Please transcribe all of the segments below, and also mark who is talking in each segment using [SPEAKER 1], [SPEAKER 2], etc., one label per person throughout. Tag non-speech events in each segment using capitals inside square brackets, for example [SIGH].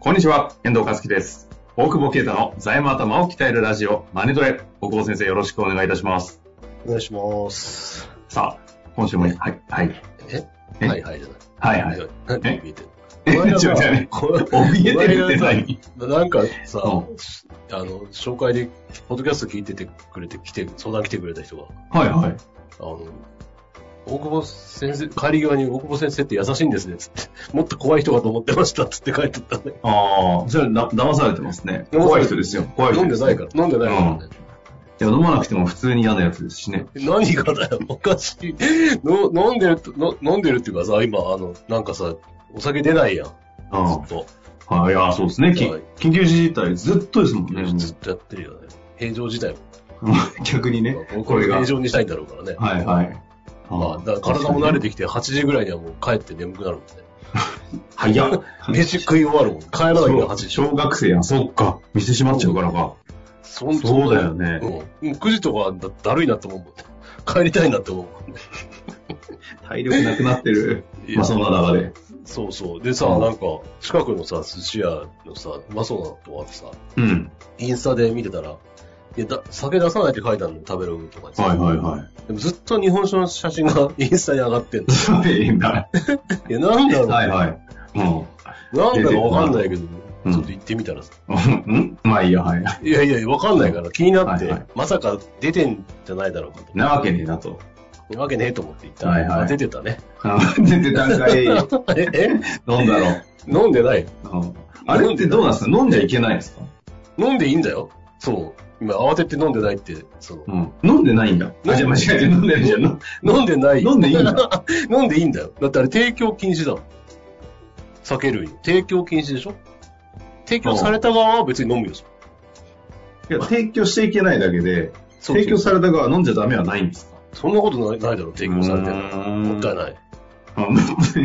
[SPEAKER 1] こんにちは、遠藤和樹です。大久保啓太の財務頭を鍛えるラジオ、マネトレ。大久保先生、よろしくお願いいたします。
[SPEAKER 2] お願いします。
[SPEAKER 1] さあ、今週も、はい、はい、
[SPEAKER 2] え
[SPEAKER 1] え
[SPEAKER 2] はいはいじゃない。
[SPEAKER 1] はい、はい。
[SPEAKER 2] 何
[SPEAKER 1] え
[SPEAKER 2] 怯えてる
[SPEAKER 1] え、
[SPEAKER 2] お前なんか
[SPEAKER 1] ちょっとね、
[SPEAKER 2] これ
[SPEAKER 1] 怯えてるって何
[SPEAKER 2] なんかさ、
[SPEAKER 1] う
[SPEAKER 2] あの、紹介で、ポッドキャスト聞いててくれて、来て、相談来てくれた人が、
[SPEAKER 1] はい、はい。
[SPEAKER 2] あの、大久保先生、帰り際に大久保先生って優しいんですね、つって。もっと怖い人かと思ってました、つって書いてったね。
[SPEAKER 1] ああ、それ、な、騙されてますね。
[SPEAKER 2] 騙されてる
[SPEAKER 1] 怖い人ですよ。怖い
[SPEAKER 2] 飲
[SPEAKER 1] 人
[SPEAKER 2] ん
[SPEAKER 1] で
[SPEAKER 2] ですない
[SPEAKER 1] ね。
[SPEAKER 2] から、飲んでないからね。
[SPEAKER 1] いや、飲まなくても普通に嫌なやつですしね。
[SPEAKER 2] 何がだよ、おかしい。の飲んでるとの、飲んでるっていうかさ、今、あの、なんかさ、お酒出ないやん、ず
[SPEAKER 1] うん。
[SPEAKER 2] っと。
[SPEAKER 1] はい、いや、そうですね。き
[SPEAKER 2] はい
[SPEAKER 1] 緊急事態ずっとですもんね。も
[SPEAKER 2] ずっとやってるよね。平常時代も。
[SPEAKER 1] う逆にね、これが
[SPEAKER 2] 平。常にしたいんだろうからね。
[SPEAKER 1] はい、はい。
[SPEAKER 2] まあ、だから体も慣れ
[SPEAKER 1] て。
[SPEAKER 2] てきて、8時ぐらいにはもう帰って眠くなるもんね。
[SPEAKER 1] 早っ。
[SPEAKER 2] [LAUGHS] 飯食い終わるもん。帰らなきゃ8時。
[SPEAKER 1] 小学生やん。そっか。店閉まっちゃうからか。
[SPEAKER 2] そ
[SPEAKER 1] そうだよね。
[SPEAKER 2] うん。もう9時とかだだるいなと思うもんね。帰りたいなって思うもんね。
[SPEAKER 1] 体力なくなってる。
[SPEAKER 2] いや
[SPEAKER 1] まあ、そんな流れ。
[SPEAKER 2] そうそう。でさ、
[SPEAKER 1] うん
[SPEAKER 2] なんか、近くのさ、寿司屋のさ、うまそうなとこあってさ、
[SPEAKER 1] うん。
[SPEAKER 2] インスタで見てたら、いやだ酒出さないって書いてあるの、食べログとかにさ
[SPEAKER 1] はいはい [LAUGHS] は
[SPEAKER 2] でもずっと日本酒の写真が [LAUGHS] インスタに上がってんの。
[SPEAKER 1] い。そうでいいんだ。
[SPEAKER 2] いや、なんだろう、
[SPEAKER 1] はいはい。うん
[SPEAKER 2] なんだかわかんないけど、ち
[SPEAKER 1] うん
[SPEAKER 2] ょっと行ってみたらさ、
[SPEAKER 1] うん。うんまあいいや、はい。
[SPEAKER 2] いやいや、わかんないから気になって、
[SPEAKER 1] はいはい
[SPEAKER 2] まさか出てんじゃないだろうかと。
[SPEAKER 1] なわけねえなと。
[SPEAKER 2] わけねえと思って行ったら、
[SPEAKER 1] はいはい
[SPEAKER 2] あ出てたね。 [LAUGHS]
[SPEAKER 1] うん出てたんかい。な
[SPEAKER 2] え、え
[SPEAKER 1] んだろ。
[SPEAKER 2] 飲んでないう
[SPEAKER 1] うんあれってどうなんですか飲んじゃいけないんですか
[SPEAKER 2] 飲んでいいんだよ。そう。今慌てて飲んでないって、その、
[SPEAKER 1] うん。飲んでないんだ。あ、じゃあ間違えて飲んでるじゃん。飲
[SPEAKER 2] 飲んでない。
[SPEAKER 1] 飲んでいいんだ。
[SPEAKER 2] [LAUGHS] 飲んでいいんだよ。だってあれ提供禁止だもん。酒類の。提供禁止でしょ提供された側は別に飲むよ。
[SPEAKER 1] いや、提供していけないだけで、
[SPEAKER 2] そう
[SPEAKER 1] 提供さ
[SPEAKER 2] れ
[SPEAKER 1] れた側は飲んじゃダメはないんですか
[SPEAKER 2] そんなことないないだろ、提供されてる
[SPEAKER 1] うーん
[SPEAKER 2] もったいない。
[SPEAKER 1] うん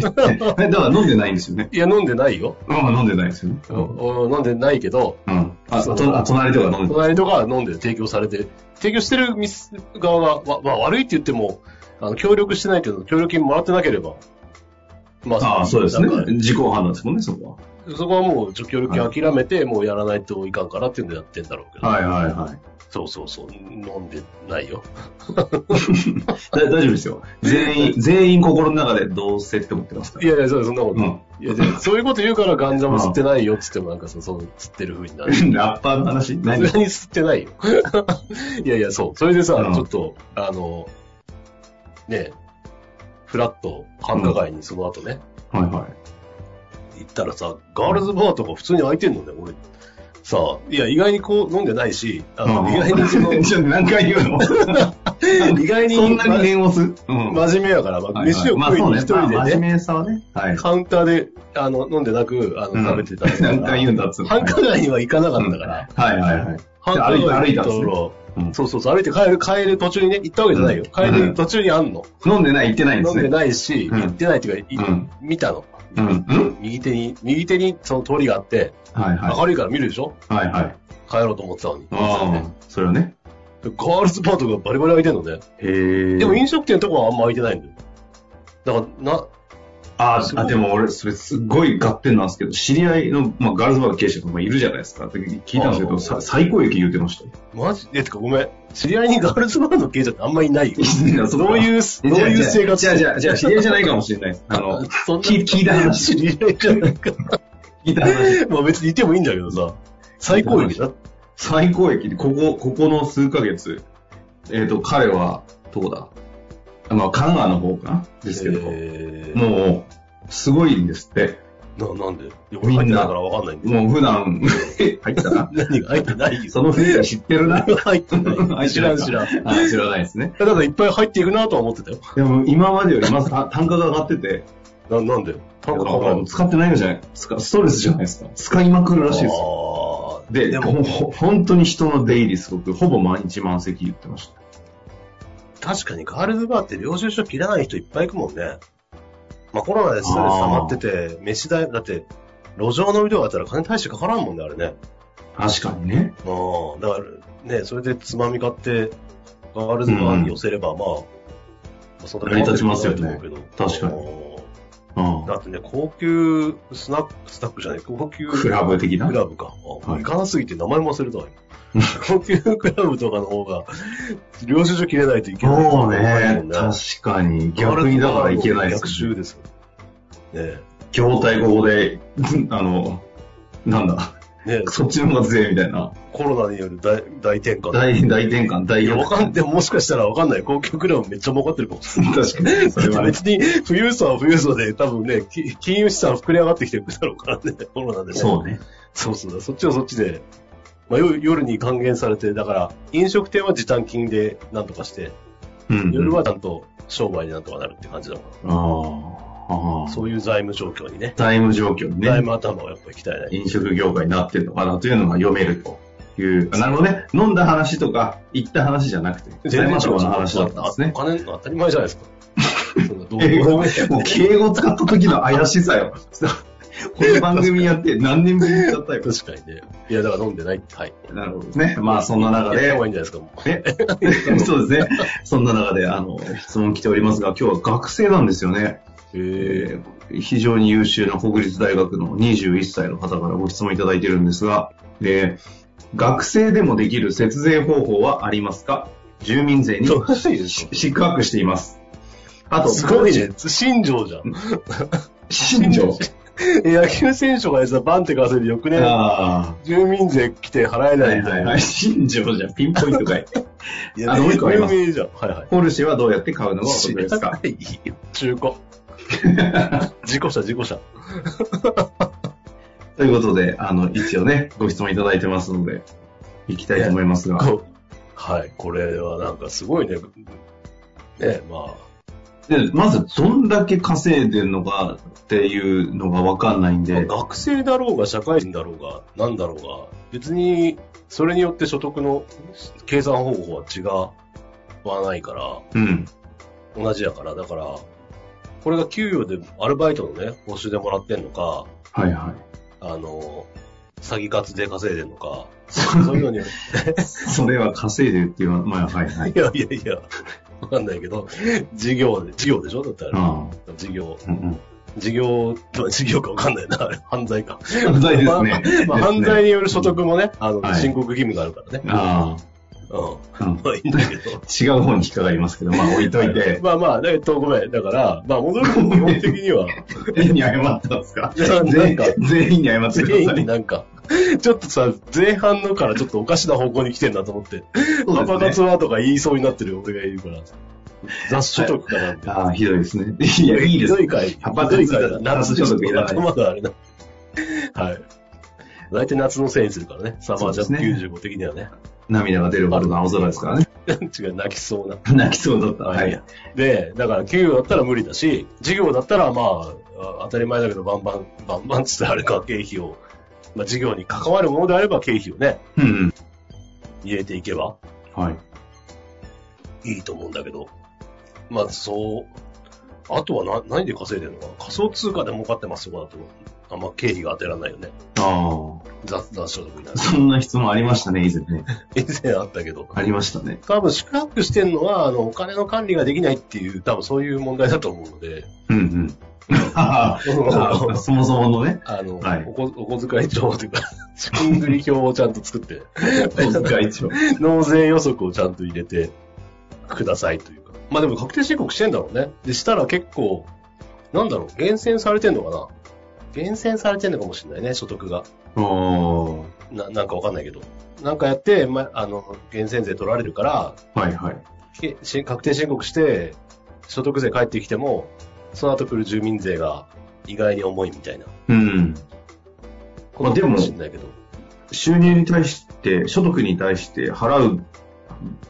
[SPEAKER 1] だから飲んでないんです [LAUGHS] よね。
[SPEAKER 2] いや、飲んでないよ。
[SPEAKER 1] うん飲んでないですよね。うん
[SPEAKER 2] うん飲んでないけど、
[SPEAKER 1] うん。あ、とあ隣とか飲んで
[SPEAKER 2] 隣とかは飲んで提供されて、提供してる店側が、わまあ、悪いって言っても、あの協力してないけど、協力金もらってなければ、ま
[SPEAKER 1] ああ、そうですね
[SPEAKER 2] なんか。
[SPEAKER 1] 自己判断ですもんね、そこ
[SPEAKER 2] そこはもう、協力金諦めて、もうやらないといかんからっていうのやってんだろうけど、
[SPEAKER 1] は。はいはいはい。
[SPEAKER 2] そうそうそう、飲んでないよ。
[SPEAKER 1] だ大丈夫ですよ。 [LAUGHS] 全員、全員心の中でどうせって思ってますから。
[SPEAKER 2] いやいや、そうそんなこと
[SPEAKER 1] う
[SPEAKER 2] ない。
[SPEAKER 1] ん。
[SPEAKER 2] いやでそういうこと言うから、ガンジャも吸ってないよって言っても、なんかそそう、吸ってる風になる。
[SPEAKER 1] ラッパーの話
[SPEAKER 2] さす
[SPEAKER 1] 何
[SPEAKER 2] がに吸っ
[SPEAKER 1] [LAUGHS]
[SPEAKER 2] てないよ。いやいや、そう。それでさ、
[SPEAKER 1] うん
[SPEAKER 2] ちょっと、あの、ね、フラット、繁華街にその後ね、
[SPEAKER 1] はいはい。
[SPEAKER 2] 行ったらさ、ガールズバーとか普通に開いてんのね、俺。さあ、いや、意外にこう飲んでないし、あの意外に
[SPEAKER 1] [LAUGHS]
[SPEAKER 2] その、
[SPEAKER 1] ちょっと何回言う [LAUGHS] の
[SPEAKER 2] 意外に、
[SPEAKER 1] そんなに念をするうん。
[SPEAKER 2] ま真面目やから、まあ
[SPEAKER 1] はいはい
[SPEAKER 2] 飯を
[SPEAKER 1] まあ
[SPEAKER 2] 食い
[SPEAKER 1] そう
[SPEAKER 2] に
[SPEAKER 1] ね
[SPEAKER 2] 一人
[SPEAKER 1] まあ
[SPEAKER 2] で
[SPEAKER 1] 真
[SPEAKER 2] ね、
[SPEAKER 1] 面目さはね。はい。
[SPEAKER 2] カウンターで、あの、飲んでなく、あの、
[SPEAKER 1] うん
[SPEAKER 2] 食べてたから
[SPEAKER 1] 何回言うんだっつうの
[SPEAKER 2] 繁華街には行かなかったから、
[SPEAKER 1] はいはいはい。
[SPEAKER 2] 繁華
[SPEAKER 1] 歩いて歩
[SPEAKER 2] 街
[SPEAKER 1] いた
[SPEAKER 2] の
[SPEAKER 1] んですね
[SPEAKER 2] ところ、
[SPEAKER 1] うん
[SPEAKER 2] そうそうそう、歩いて帰る、帰る途中にね、行ったわけじゃないよ。
[SPEAKER 1] うん
[SPEAKER 2] 帰る途中にあんの。
[SPEAKER 1] 飲んでない、行ってないんで
[SPEAKER 2] 飲
[SPEAKER 1] す
[SPEAKER 2] んで
[SPEAKER 1] ね。
[SPEAKER 2] ないし、
[SPEAKER 1] うん
[SPEAKER 2] 行ってないっていうか、い
[SPEAKER 1] うん
[SPEAKER 2] 見たの。
[SPEAKER 1] うん。うん
[SPEAKER 2] 右手に、右手にその通りがあって、
[SPEAKER 1] はいは
[SPEAKER 2] 明るいから見るでしょ
[SPEAKER 1] い。はいはい。
[SPEAKER 2] 帰ろうと思ってたのに。
[SPEAKER 1] ああ、それはね。
[SPEAKER 2] でガールズパートがバリバリ開いてんのね。
[SPEAKER 1] へえ。
[SPEAKER 2] でも飲食店とかはあんま開いてないんだよ。だから、な、
[SPEAKER 1] ああ、でも俺、それすっごい合点なんですけど、知り合いの、まあ、ガールズバーの経営者とかもいるじゃないですか。聞いたんですけ
[SPEAKER 2] あ
[SPEAKER 1] ど、
[SPEAKER 2] あ
[SPEAKER 1] さ最高益言うてましたよ。
[SPEAKER 2] マジえ、てかごめん。知り合いにガールズバーの経営者ってあんまいないよ。
[SPEAKER 1] [LAUGHS] いやそっか
[SPEAKER 2] どういう、どういう生活
[SPEAKER 1] じゃあ、じゃあ、じゃあ、知り合いじゃないかもしれないです。あ
[SPEAKER 2] [LAUGHS]
[SPEAKER 1] の、
[SPEAKER 2] そんな
[SPEAKER 1] 聞聞いた話
[SPEAKER 2] 知り合いじゃないか。
[SPEAKER 1] 聞いた話。
[SPEAKER 2] まあ別にいてもいいんだけどさ。最高益だ。
[SPEAKER 1] 最高益で、ここ、ここの数ヶ月、えっ、と、彼は、どこだあまあ、神奈川の方かなですけど、
[SPEAKER 2] えー
[SPEAKER 1] もう、すごいんですって。
[SPEAKER 2] な、なんでいや
[SPEAKER 1] み
[SPEAKER 2] 俺
[SPEAKER 1] んな
[SPEAKER 2] 入ってないからわかんないんで。
[SPEAKER 1] もう普段、 [LAUGHS] 入ったな。
[SPEAKER 2] 何が入ってない
[SPEAKER 1] その雰囲気知ってるな。
[SPEAKER 2] 入っ
[SPEAKER 1] [LAUGHS]
[SPEAKER 2] てない。 [LAUGHS] 知らん知らん。
[SPEAKER 1] ん。あ知らないですね。
[SPEAKER 2] ただいっぱい入っていくなとは思ってたよ。
[SPEAKER 1] でも今までよりまずた単価が上がってて、
[SPEAKER 2] な、なんで単価
[SPEAKER 1] だから
[SPEAKER 2] 高い
[SPEAKER 1] 使ってないんじゃない使ストレスじゃないですか。使いまくるらしいですよ。
[SPEAKER 2] よ
[SPEAKER 1] で、
[SPEAKER 2] で
[SPEAKER 1] で
[SPEAKER 2] も
[SPEAKER 1] も、ほ本当に人の出入りすごく、ほぼ毎日満席言ってました。
[SPEAKER 2] 確かにガールズバーって領収書切らない人いっぱい行くもんね。まあコロナでストレス溜まってて、飯代、だって、路上飲みとかだったら金大してかからんもんね、あれね。
[SPEAKER 1] 確かにね。
[SPEAKER 2] ああ、だからね、それでつまみ買って、ガールズバーに寄せれば、まあ、まあ、そん
[SPEAKER 1] 成り立ちますよね
[SPEAKER 2] 困ってないと思うけど
[SPEAKER 1] 確かにうん
[SPEAKER 2] ああ。だってね、高級スナック、スナックじゃない、高級
[SPEAKER 1] クラブ的な
[SPEAKER 2] ク。ラブか。あ
[SPEAKER 1] はい
[SPEAKER 2] 行かなすぎて名前も忘れたわ。 [LAUGHS] 高級クラブとかの方が、領収書切れないといけない。
[SPEAKER 1] そう
[SPEAKER 2] ない
[SPEAKER 1] ね
[SPEAKER 2] もん。
[SPEAKER 1] 確かに。逆にだからいけないで
[SPEAKER 2] 逆
[SPEAKER 1] す、
[SPEAKER 2] 襲
[SPEAKER 1] ね。
[SPEAKER 2] ですよ。ね
[SPEAKER 1] 業態ここで、あの、なんだ、
[SPEAKER 2] え。ねえ、
[SPEAKER 1] そっちの方が強いみたいな。
[SPEAKER 2] コロナによる大大転換。
[SPEAKER 1] 大、大転換、大
[SPEAKER 2] いや、わか
[SPEAKER 1] 逆
[SPEAKER 2] ん、でももしかしたらわかんない。高級クラブめっちゃ儲かってるかもしれ
[SPEAKER 1] 転。確かに。 [LAUGHS] それは
[SPEAKER 2] ない。
[SPEAKER 1] ね。
[SPEAKER 2] 別に、富裕層は富裕層で、多分ね、き金融資産膨れ上がってきてるだろうからね、コロナでね。
[SPEAKER 1] そうね。
[SPEAKER 2] そうそうだ、そっちはそっちで、まあ、夜夜に還元されて、だから、飲食店は時短金でなんとかして、
[SPEAKER 1] うん。
[SPEAKER 2] 夜はちゃんと商売になんとかなるって感じだもん。
[SPEAKER 1] ああ。ああ。
[SPEAKER 2] そういう財務状況にね、
[SPEAKER 1] タイム状況ね。
[SPEAKER 2] 財務頭をやっぱり鍛えない。
[SPEAKER 1] 飲食業界になってるのかなというのが読めるという。なるほどね。飲んだ話とか、行った話じゃなくて、財務省の話だったんですね
[SPEAKER 2] お。金の当たり前じゃないで
[SPEAKER 1] [LAUGHS]
[SPEAKER 2] すか。そんなどう
[SPEAKER 1] えごめんもう敬語使った時の怪しさよ。この番組やって何年ぶりに使ったよ。
[SPEAKER 2] 確かにね。いや、だから飲んでないって。はい。
[SPEAKER 1] なるほどですね。まあそんな
[SPEAKER 2] や
[SPEAKER 1] 中
[SPEAKER 2] っ
[SPEAKER 1] で
[SPEAKER 2] た方、がいいんじゃないですか、もう。
[SPEAKER 1] ね、そうですね。 [LAUGHS] そんな中で、あの、質問来ておりますが、今日は学生なんですよね。えー非常に優秀な国立大学の21歳の方からご質問いただいてるんですが、えー学生でもできる節税方法はありますか住民税に
[SPEAKER 2] どうしていいです
[SPEAKER 1] し
[SPEAKER 2] か
[SPEAKER 1] 四角しています。あと、
[SPEAKER 2] すごいね。新庄じゃん。
[SPEAKER 1] 新庄。
[SPEAKER 2] え野球選手がさ、バンって稼いでよくね、
[SPEAKER 1] あ
[SPEAKER 2] 住民税来て払え
[SPEAKER 1] あ。は
[SPEAKER 2] ない
[SPEAKER 1] い
[SPEAKER 2] みた
[SPEAKER 1] はいい
[SPEAKER 2] な
[SPEAKER 1] はい。。 [LAUGHS] 新庄じゃんピンポイントかい。
[SPEAKER 2] いや
[SPEAKER 1] あのもう一個あります
[SPEAKER 2] 有名じゃん。はいはい。
[SPEAKER 1] [LAUGHS] ポルシェはどうやって買うのがお得です [LAUGHS] か
[SPEAKER 2] いよ。中古。事故車、事故車。
[SPEAKER 1] ということで、あの、一応ね、ご質問いただいてますので、行きたいと思いますが。
[SPEAKER 2] こうはい、これはなんかすごいね。ね、ま
[SPEAKER 1] で、まず、どんだけ稼いでるのかっていうのがわかんないん
[SPEAKER 2] あ、
[SPEAKER 1] で、
[SPEAKER 2] 学生だろうが、社会人だろうが、なんだろうが、別に、それによって所得の計算方法は違わないから、
[SPEAKER 1] うん。
[SPEAKER 2] 同じやから、だから、これが給与で、アルバイトのね、報酬でもらってんのか、
[SPEAKER 1] はいは
[SPEAKER 2] あの、詐欺活で稼いでんのか、そういうのによって
[SPEAKER 1] い。それは稼いでるっていうのは、まあ、はいはい。
[SPEAKER 2] いやいやいや、わかんないけど、事業で、事業でしょだってあれ、
[SPEAKER 1] あ
[SPEAKER 2] 事業、
[SPEAKER 1] あ、うん
[SPEAKER 2] 事業、事業かわかんないな、あれ、犯罪か。
[SPEAKER 1] うん。犯罪ですね。
[SPEAKER 2] まあ、
[SPEAKER 1] ですね
[SPEAKER 2] 犯罪による所得もね、あの、
[SPEAKER 1] はい
[SPEAKER 2] 申告義務があるからね。
[SPEAKER 1] あ
[SPEAKER 2] う
[SPEAKER 1] あ、うん
[SPEAKER 2] ん。まあいいんだけど。
[SPEAKER 1] 違う方に引っかかりますけど、まあ置いといて、
[SPEAKER 2] まあまあ、だけど、ごめん。だから、まあ、戻ると基本的
[SPEAKER 1] [LAUGHS]
[SPEAKER 2] には、
[SPEAKER 1] 全員に謝ったんですか
[SPEAKER 2] いやなんか
[SPEAKER 1] 全員全員に謝ってくだ
[SPEAKER 2] 全
[SPEAKER 1] さ
[SPEAKER 2] 員に
[SPEAKER 1] い。
[SPEAKER 2] なんか、ちょっとさ、前半のからちょっとおかしな方向に来てんなと思って、パパ活はとか言いそうになってる俺がいるから、雑所得かなって。
[SPEAKER 1] ああ、ひどいですね。いや、いいです
[SPEAKER 2] ひど。い回。
[SPEAKER 1] パパ活
[SPEAKER 2] ひどい回だ
[SPEAKER 1] 夏所得いらない
[SPEAKER 2] 頭があれだ。はい。大体夏のせいにするからね。サマージャンプ95的にはね。 [LAUGHS]
[SPEAKER 1] 涙が出るほどの青空ですからね。
[SPEAKER 2] 違 [LAUGHS] う、泣きそうな。
[SPEAKER 1] 泣きそうだった。はい。
[SPEAKER 2] で、だから給与だったら無理だし、事業だったらまあ、あ当たり前だけど、バンバン、バンバンつってあれか、経費を、まあ事業に関わるものであれば経費をね、
[SPEAKER 1] うんうん。
[SPEAKER 2] 入れていけば
[SPEAKER 1] はい。
[SPEAKER 2] いいと思うんだけど。まあ、そう、あとはな何で稼いでるのかな仮想通貨で儲かってますとかだと、あんま経費が当てられないよね。
[SPEAKER 1] あ
[SPEAKER 2] 雑談所得にな
[SPEAKER 1] あ、
[SPEAKER 2] る。
[SPEAKER 1] そんな質問ありましたね、以前ね。
[SPEAKER 2] 以前あったけど。
[SPEAKER 1] ありましたね。
[SPEAKER 2] 多分宿泊してんのは、あの、お金の管理ができないっていう、多分そういう問題だと思うので、
[SPEAKER 1] うんうん。ああそもそものね、
[SPEAKER 2] あの、
[SPEAKER 1] はい
[SPEAKER 2] おこお小遣い帳というか、 [LAUGHS] 資金繰り表をちゃんと作って、
[SPEAKER 1] 小遣い帳。
[SPEAKER 2] [LAUGHS] 納税予測をちゃんと入れてくださいというか。まあでも確定申告してんだろうね。で、したら結構、なんだろう、厳選されてんのかな厳選されてんのかもしれないね、所得が。
[SPEAKER 1] お
[SPEAKER 2] ななんかわかんないけど。なんかやって、ま、あの、厳選税取られるから、
[SPEAKER 1] はいはい。
[SPEAKER 2] けし確定申告して、所得税返ってきても、その後来る住民税が意外に重いみたいな。
[SPEAKER 1] うん。まあで
[SPEAKER 2] か
[SPEAKER 1] も
[SPEAKER 2] も、しれないけど。
[SPEAKER 1] 収入に対して、所得に対して払う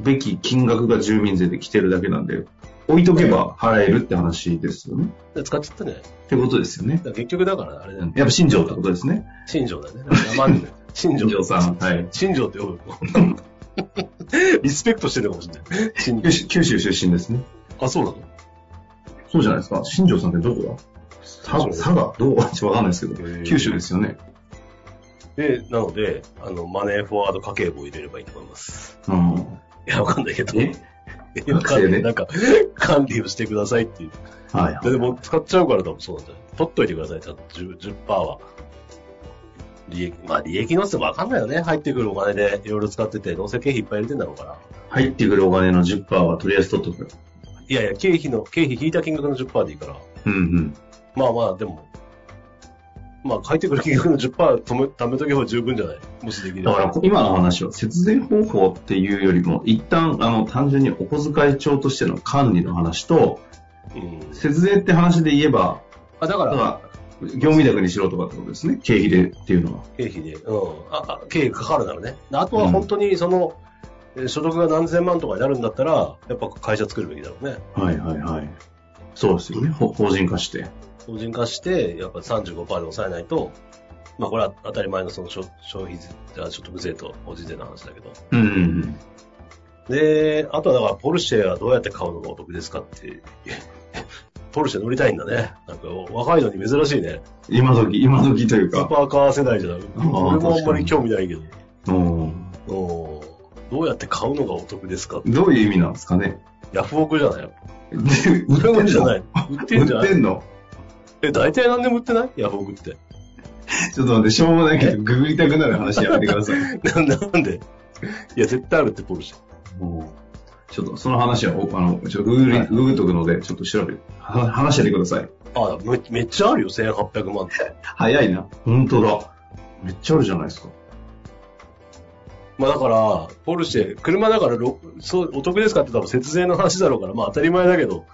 [SPEAKER 1] べき金額が住民税で来てるだけなんで、置いとけば払えるって話ですよね。
[SPEAKER 2] で使っちゃったんじゃないだか
[SPEAKER 1] ってことですよね。
[SPEAKER 2] ら結局だから、あれだよね。
[SPEAKER 1] やっぱ新庄ってことですね。
[SPEAKER 2] 新庄だね。山に新
[SPEAKER 1] 新
[SPEAKER 2] 庄
[SPEAKER 1] 庄さん。はい。
[SPEAKER 2] 新庄って呼ぶ。
[SPEAKER 1] [LAUGHS]
[SPEAKER 2] リスペクトしてるかもしれない。新
[SPEAKER 1] 九州九州出身ですね。
[SPEAKER 2] あ、そうなの
[SPEAKER 1] そうじゃないですか。新庄さんってどこだ
[SPEAKER 2] そう
[SPEAKER 1] 佐佐賀どう [LAUGHS] ちょっとわかんないですけ
[SPEAKER 2] へー
[SPEAKER 1] ど。九州ですよね。
[SPEAKER 2] で、なので、あの、マネーフォワード家計簿入れればいいと思います。
[SPEAKER 1] うん。
[SPEAKER 2] いや、わかんないけど。
[SPEAKER 1] え
[SPEAKER 2] いやわかんな
[SPEAKER 1] 学生ね
[SPEAKER 2] いなんか、管理をしてくださいっていう。
[SPEAKER 1] はい。
[SPEAKER 2] ででも、使っちゃうから多分そうなんじゃない取っといてください、ちゃんと 10%, 10%は。利益、まあ利益のせわかんないよね。入ってくるお金でいろいろ使ってて、どうせ経費いっぱい入れてんだろうから。
[SPEAKER 1] 入ってくるお金の10%はとりあえず取っとく。
[SPEAKER 2] いやいや、経費の、経費引いた金額の10%でいいから。
[SPEAKER 1] うんうん。
[SPEAKER 2] まあまあ、でも、まあ、書いてくる金額の10%貯め貯めとけば十分じゃないもしできれ
[SPEAKER 1] だ
[SPEAKER 2] ば。
[SPEAKER 1] から今の話は節税方法っていうよりも、一旦あの単純にお小遣い帳としての管理の話と、
[SPEAKER 2] うん。
[SPEAKER 1] 節税って話で言えば、
[SPEAKER 2] あ、だか
[SPEAKER 1] だか
[SPEAKER 2] ら、
[SPEAKER 1] ら業務委託にしろとかってことですね。経費でっていうのは。
[SPEAKER 2] 経費で、うん。あ、あ経費かかるならね。あとは本当に、その、えー所得が何千万とかになるんだったら、やっぱ会社作るべきだろうね。
[SPEAKER 1] はいはいはい。そうですよね。ほ法人化して。
[SPEAKER 2] 法人化して、やっぱ35%で抑えないと、まあこれは当たり前のその消消費税、あ所得税と法人税の話だけど。
[SPEAKER 1] うんうんうん。
[SPEAKER 2] で、あとはだからポルシェはどうやって買うのがお得ですかって。 [LAUGHS] ポルシェ乗りたいんだね。なんか若いのに珍しいね。
[SPEAKER 1] 今時、今時という
[SPEAKER 2] スー
[SPEAKER 1] か。
[SPEAKER 2] パーカー世代じゃない。俺もあんまり興味ないけど。
[SPEAKER 1] うん
[SPEAKER 2] うんどうやって買うのがお得ですか
[SPEAKER 1] どういう意味なんですかね。
[SPEAKER 2] ヤフオクじゃない
[SPEAKER 1] 売
[SPEAKER 2] ヤフオクじゃ
[SPEAKER 1] の
[SPEAKER 2] ない。売ってんじ
[SPEAKER 1] 売
[SPEAKER 2] ゃな
[SPEAKER 1] っ
[SPEAKER 2] い
[SPEAKER 1] てんの
[SPEAKER 2] え、大体何でも売ってないヤフオクって。 [LAUGHS]
[SPEAKER 1] ちょっと待って、しょうもないけど、ググりたくなる話やめてください。
[SPEAKER 2] ななんでいや、絶対あるってポルシェ。
[SPEAKER 1] [LAUGHS] もうちょっとその話は、おあの、ちょっとグーグル、
[SPEAKER 2] はい
[SPEAKER 1] ググっとくので、ちょっと調べ、は話しててください。
[SPEAKER 2] あめ、めっちゃあるよ、1800万って。
[SPEAKER 1] 早いな。本当だ。めっちゃあるじゃないですか。
[SPEAKER 2] まあだから、ポルシェ、車だからろそう、お得ですかって多分節税の話だろうから、まあ当たり前だけど、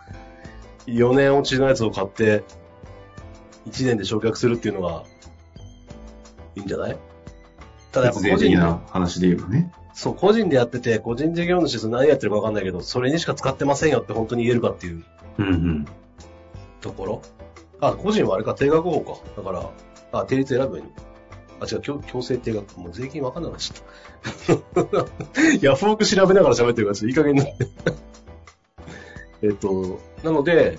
[SPEAKER 2] 4年落ちのやつを買って、1年で焼却するっていうのが、いいんじゃないただやっぱ
[SPEAKER 1] 節
[SPEAKER 2] 個
[SPEAKER 1] 税
[SPEAKER 2] 人
[SPEAKER 1] 的
[SPEAKER 2] の
[SPEAKER 1] な話で言えばね。
[SPEAKER 2] そう、個人でやってて、個人事業主で何やってるか分かんないけど、それにしか使ってませんよって本当に言えるかっていう
[SPEAKER 1] うんうん。
[SPEAKER 2] ところ。あ、個人はあれか、定額法か。だから、あ、定率選べばいいのあ、違う、強強制定額。もう税金分かんなくなっちゃった。ヤ [LAUGHS] フオク調べながら喋ってるから、ちょっといい加減になって。えっと、なので、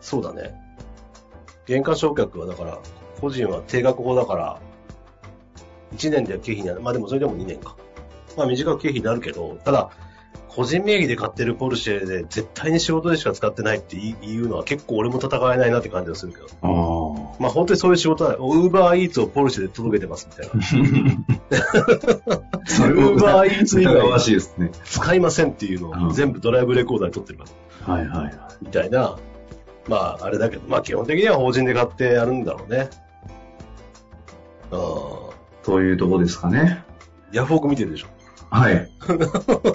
[SPEAKER 2] そうだね。減価償却は、だから、個人は定額法だから、1年では経費になる。まあでもそれでも2年か。まあ短く経費になるけど、ただ、個人名義で買ってるポルシェで絶対に仕事でしか使ってないって言い言うのは結構俺も戦えないなって感じがするけど。
[SPEAKER 1] ああ。
[SPEAKER 2] まあ本当にそういう仕事だ。ウーバーイーツをポルシェで届けてますみたいな。
[SPEAKER 1] それ
[SPEAKER 2] ウーバーイーツ以外
[SPEAKER 1] 疑わしいですね。
[SPEAKER 2] 使いませんっていうの
[SPEAKER 1] う
[SPEAKER 2] を
[SPEAKER 1] ん
[SPEAKER 2] 全部ドライブレコーダーに撮ってるます。
[SPEAKER 1] はいはいはい。
[SPEAKER 2] みたいな。まああれだけど、まあ基本的には法人で買ってやるんだろうね。うん。
[SPEAKER 1] というとこですかね。
[SPEAKER 2] ヤフオク見てるでしょ。
[SPEAKER 1] [LAUGHS] はい。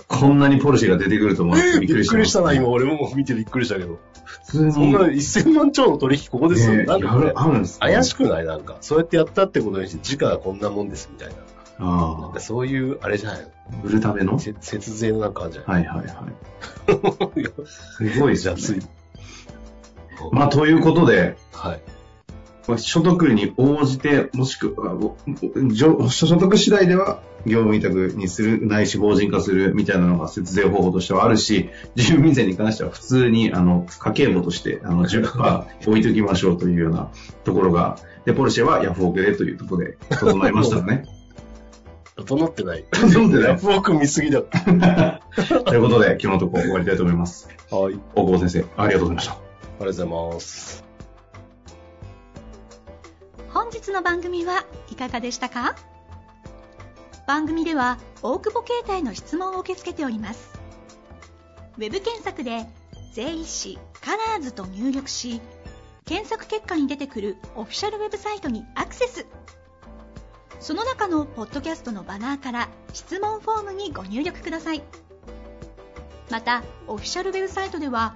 [SPEAKER 1] こんなにポルシェが出てくると思ってびっく
[SPEAKER 2] びっ
[SPEAKER 1] りし
[SPEAKER 2] く
[SPEAKER 1] た。
[SPEAKER 2] りしたな、今。俺も見てびっくりしたけど。
[SPEAKER 1] 普通
[SPEAKER 2] そん
[SPEAKER 1] に。
[SPEAKER 2] な1000万超の取引ここですよ。
[SPEAKER 1] ね、
[SPEAKER 2] なんかこれ
[SPEAKER 1] やるあるんですね
[SPEAKER 2] 怪しくないなんか、そうやってやったってことにして、時価はこんなもんですみたいな。な
[SPEAKER 1] あ
[SPEAKER 2] んかそういう、あれじゃないの
[SPEAKER 1] あ。売るための
[SPEAKER 2] せ節税のなんかあるじゃない
[SPEAKER 1] はいはいはい。
[SPEAKER 2] いや
[SPEAKER 1] すごいです
[SPEAKER 2] じゃ
[SPEAKER 1] よ
[SPEAKER 2] あ、つい
[SPEAKER 1] ね。。まあ、ということで、
[SPEAKER 2] はい。
[SPEAKER 1] 所得に応じて、もしくは、おお所所得次第では、業務委託にする、ないし法人化するみたいなのが節税方法としてはあるし、住民税に関しては普通に、あの、家計簿として、あの、10%置いときましょうというようなところが、で、ポルシェはヤフオクでというところで整いましたね。
[SPEAKER 2] 整って [LAUGHS] ない。
[SPEAKER 1] 整ってな
[SPEAKER 2] ラ
[SPEAKER 1] い
[SPEAKER 2] フォーク見すぎだ。
[SPEAKER 1] [LAUGHS] ということで、今日のところ終わりたいと思います。
[SPEAKER 2] はい。あり
[SPEAKER 1] 大久保先生、ありがとうございました。
[SPEAKER 2] がとうございます。
[SPEAKER 3] 本日の番組はいかがでしたか番組では大久保携帯の質問を受け付けておりますウェブ検索で「税理士カラーズと入力し検索結果に出てくるオフィシャルウェブサイトにアクセスその中のポッドキャストのバナーから質問フォームにご入力くださいまたオフィシャルウェブサイトでは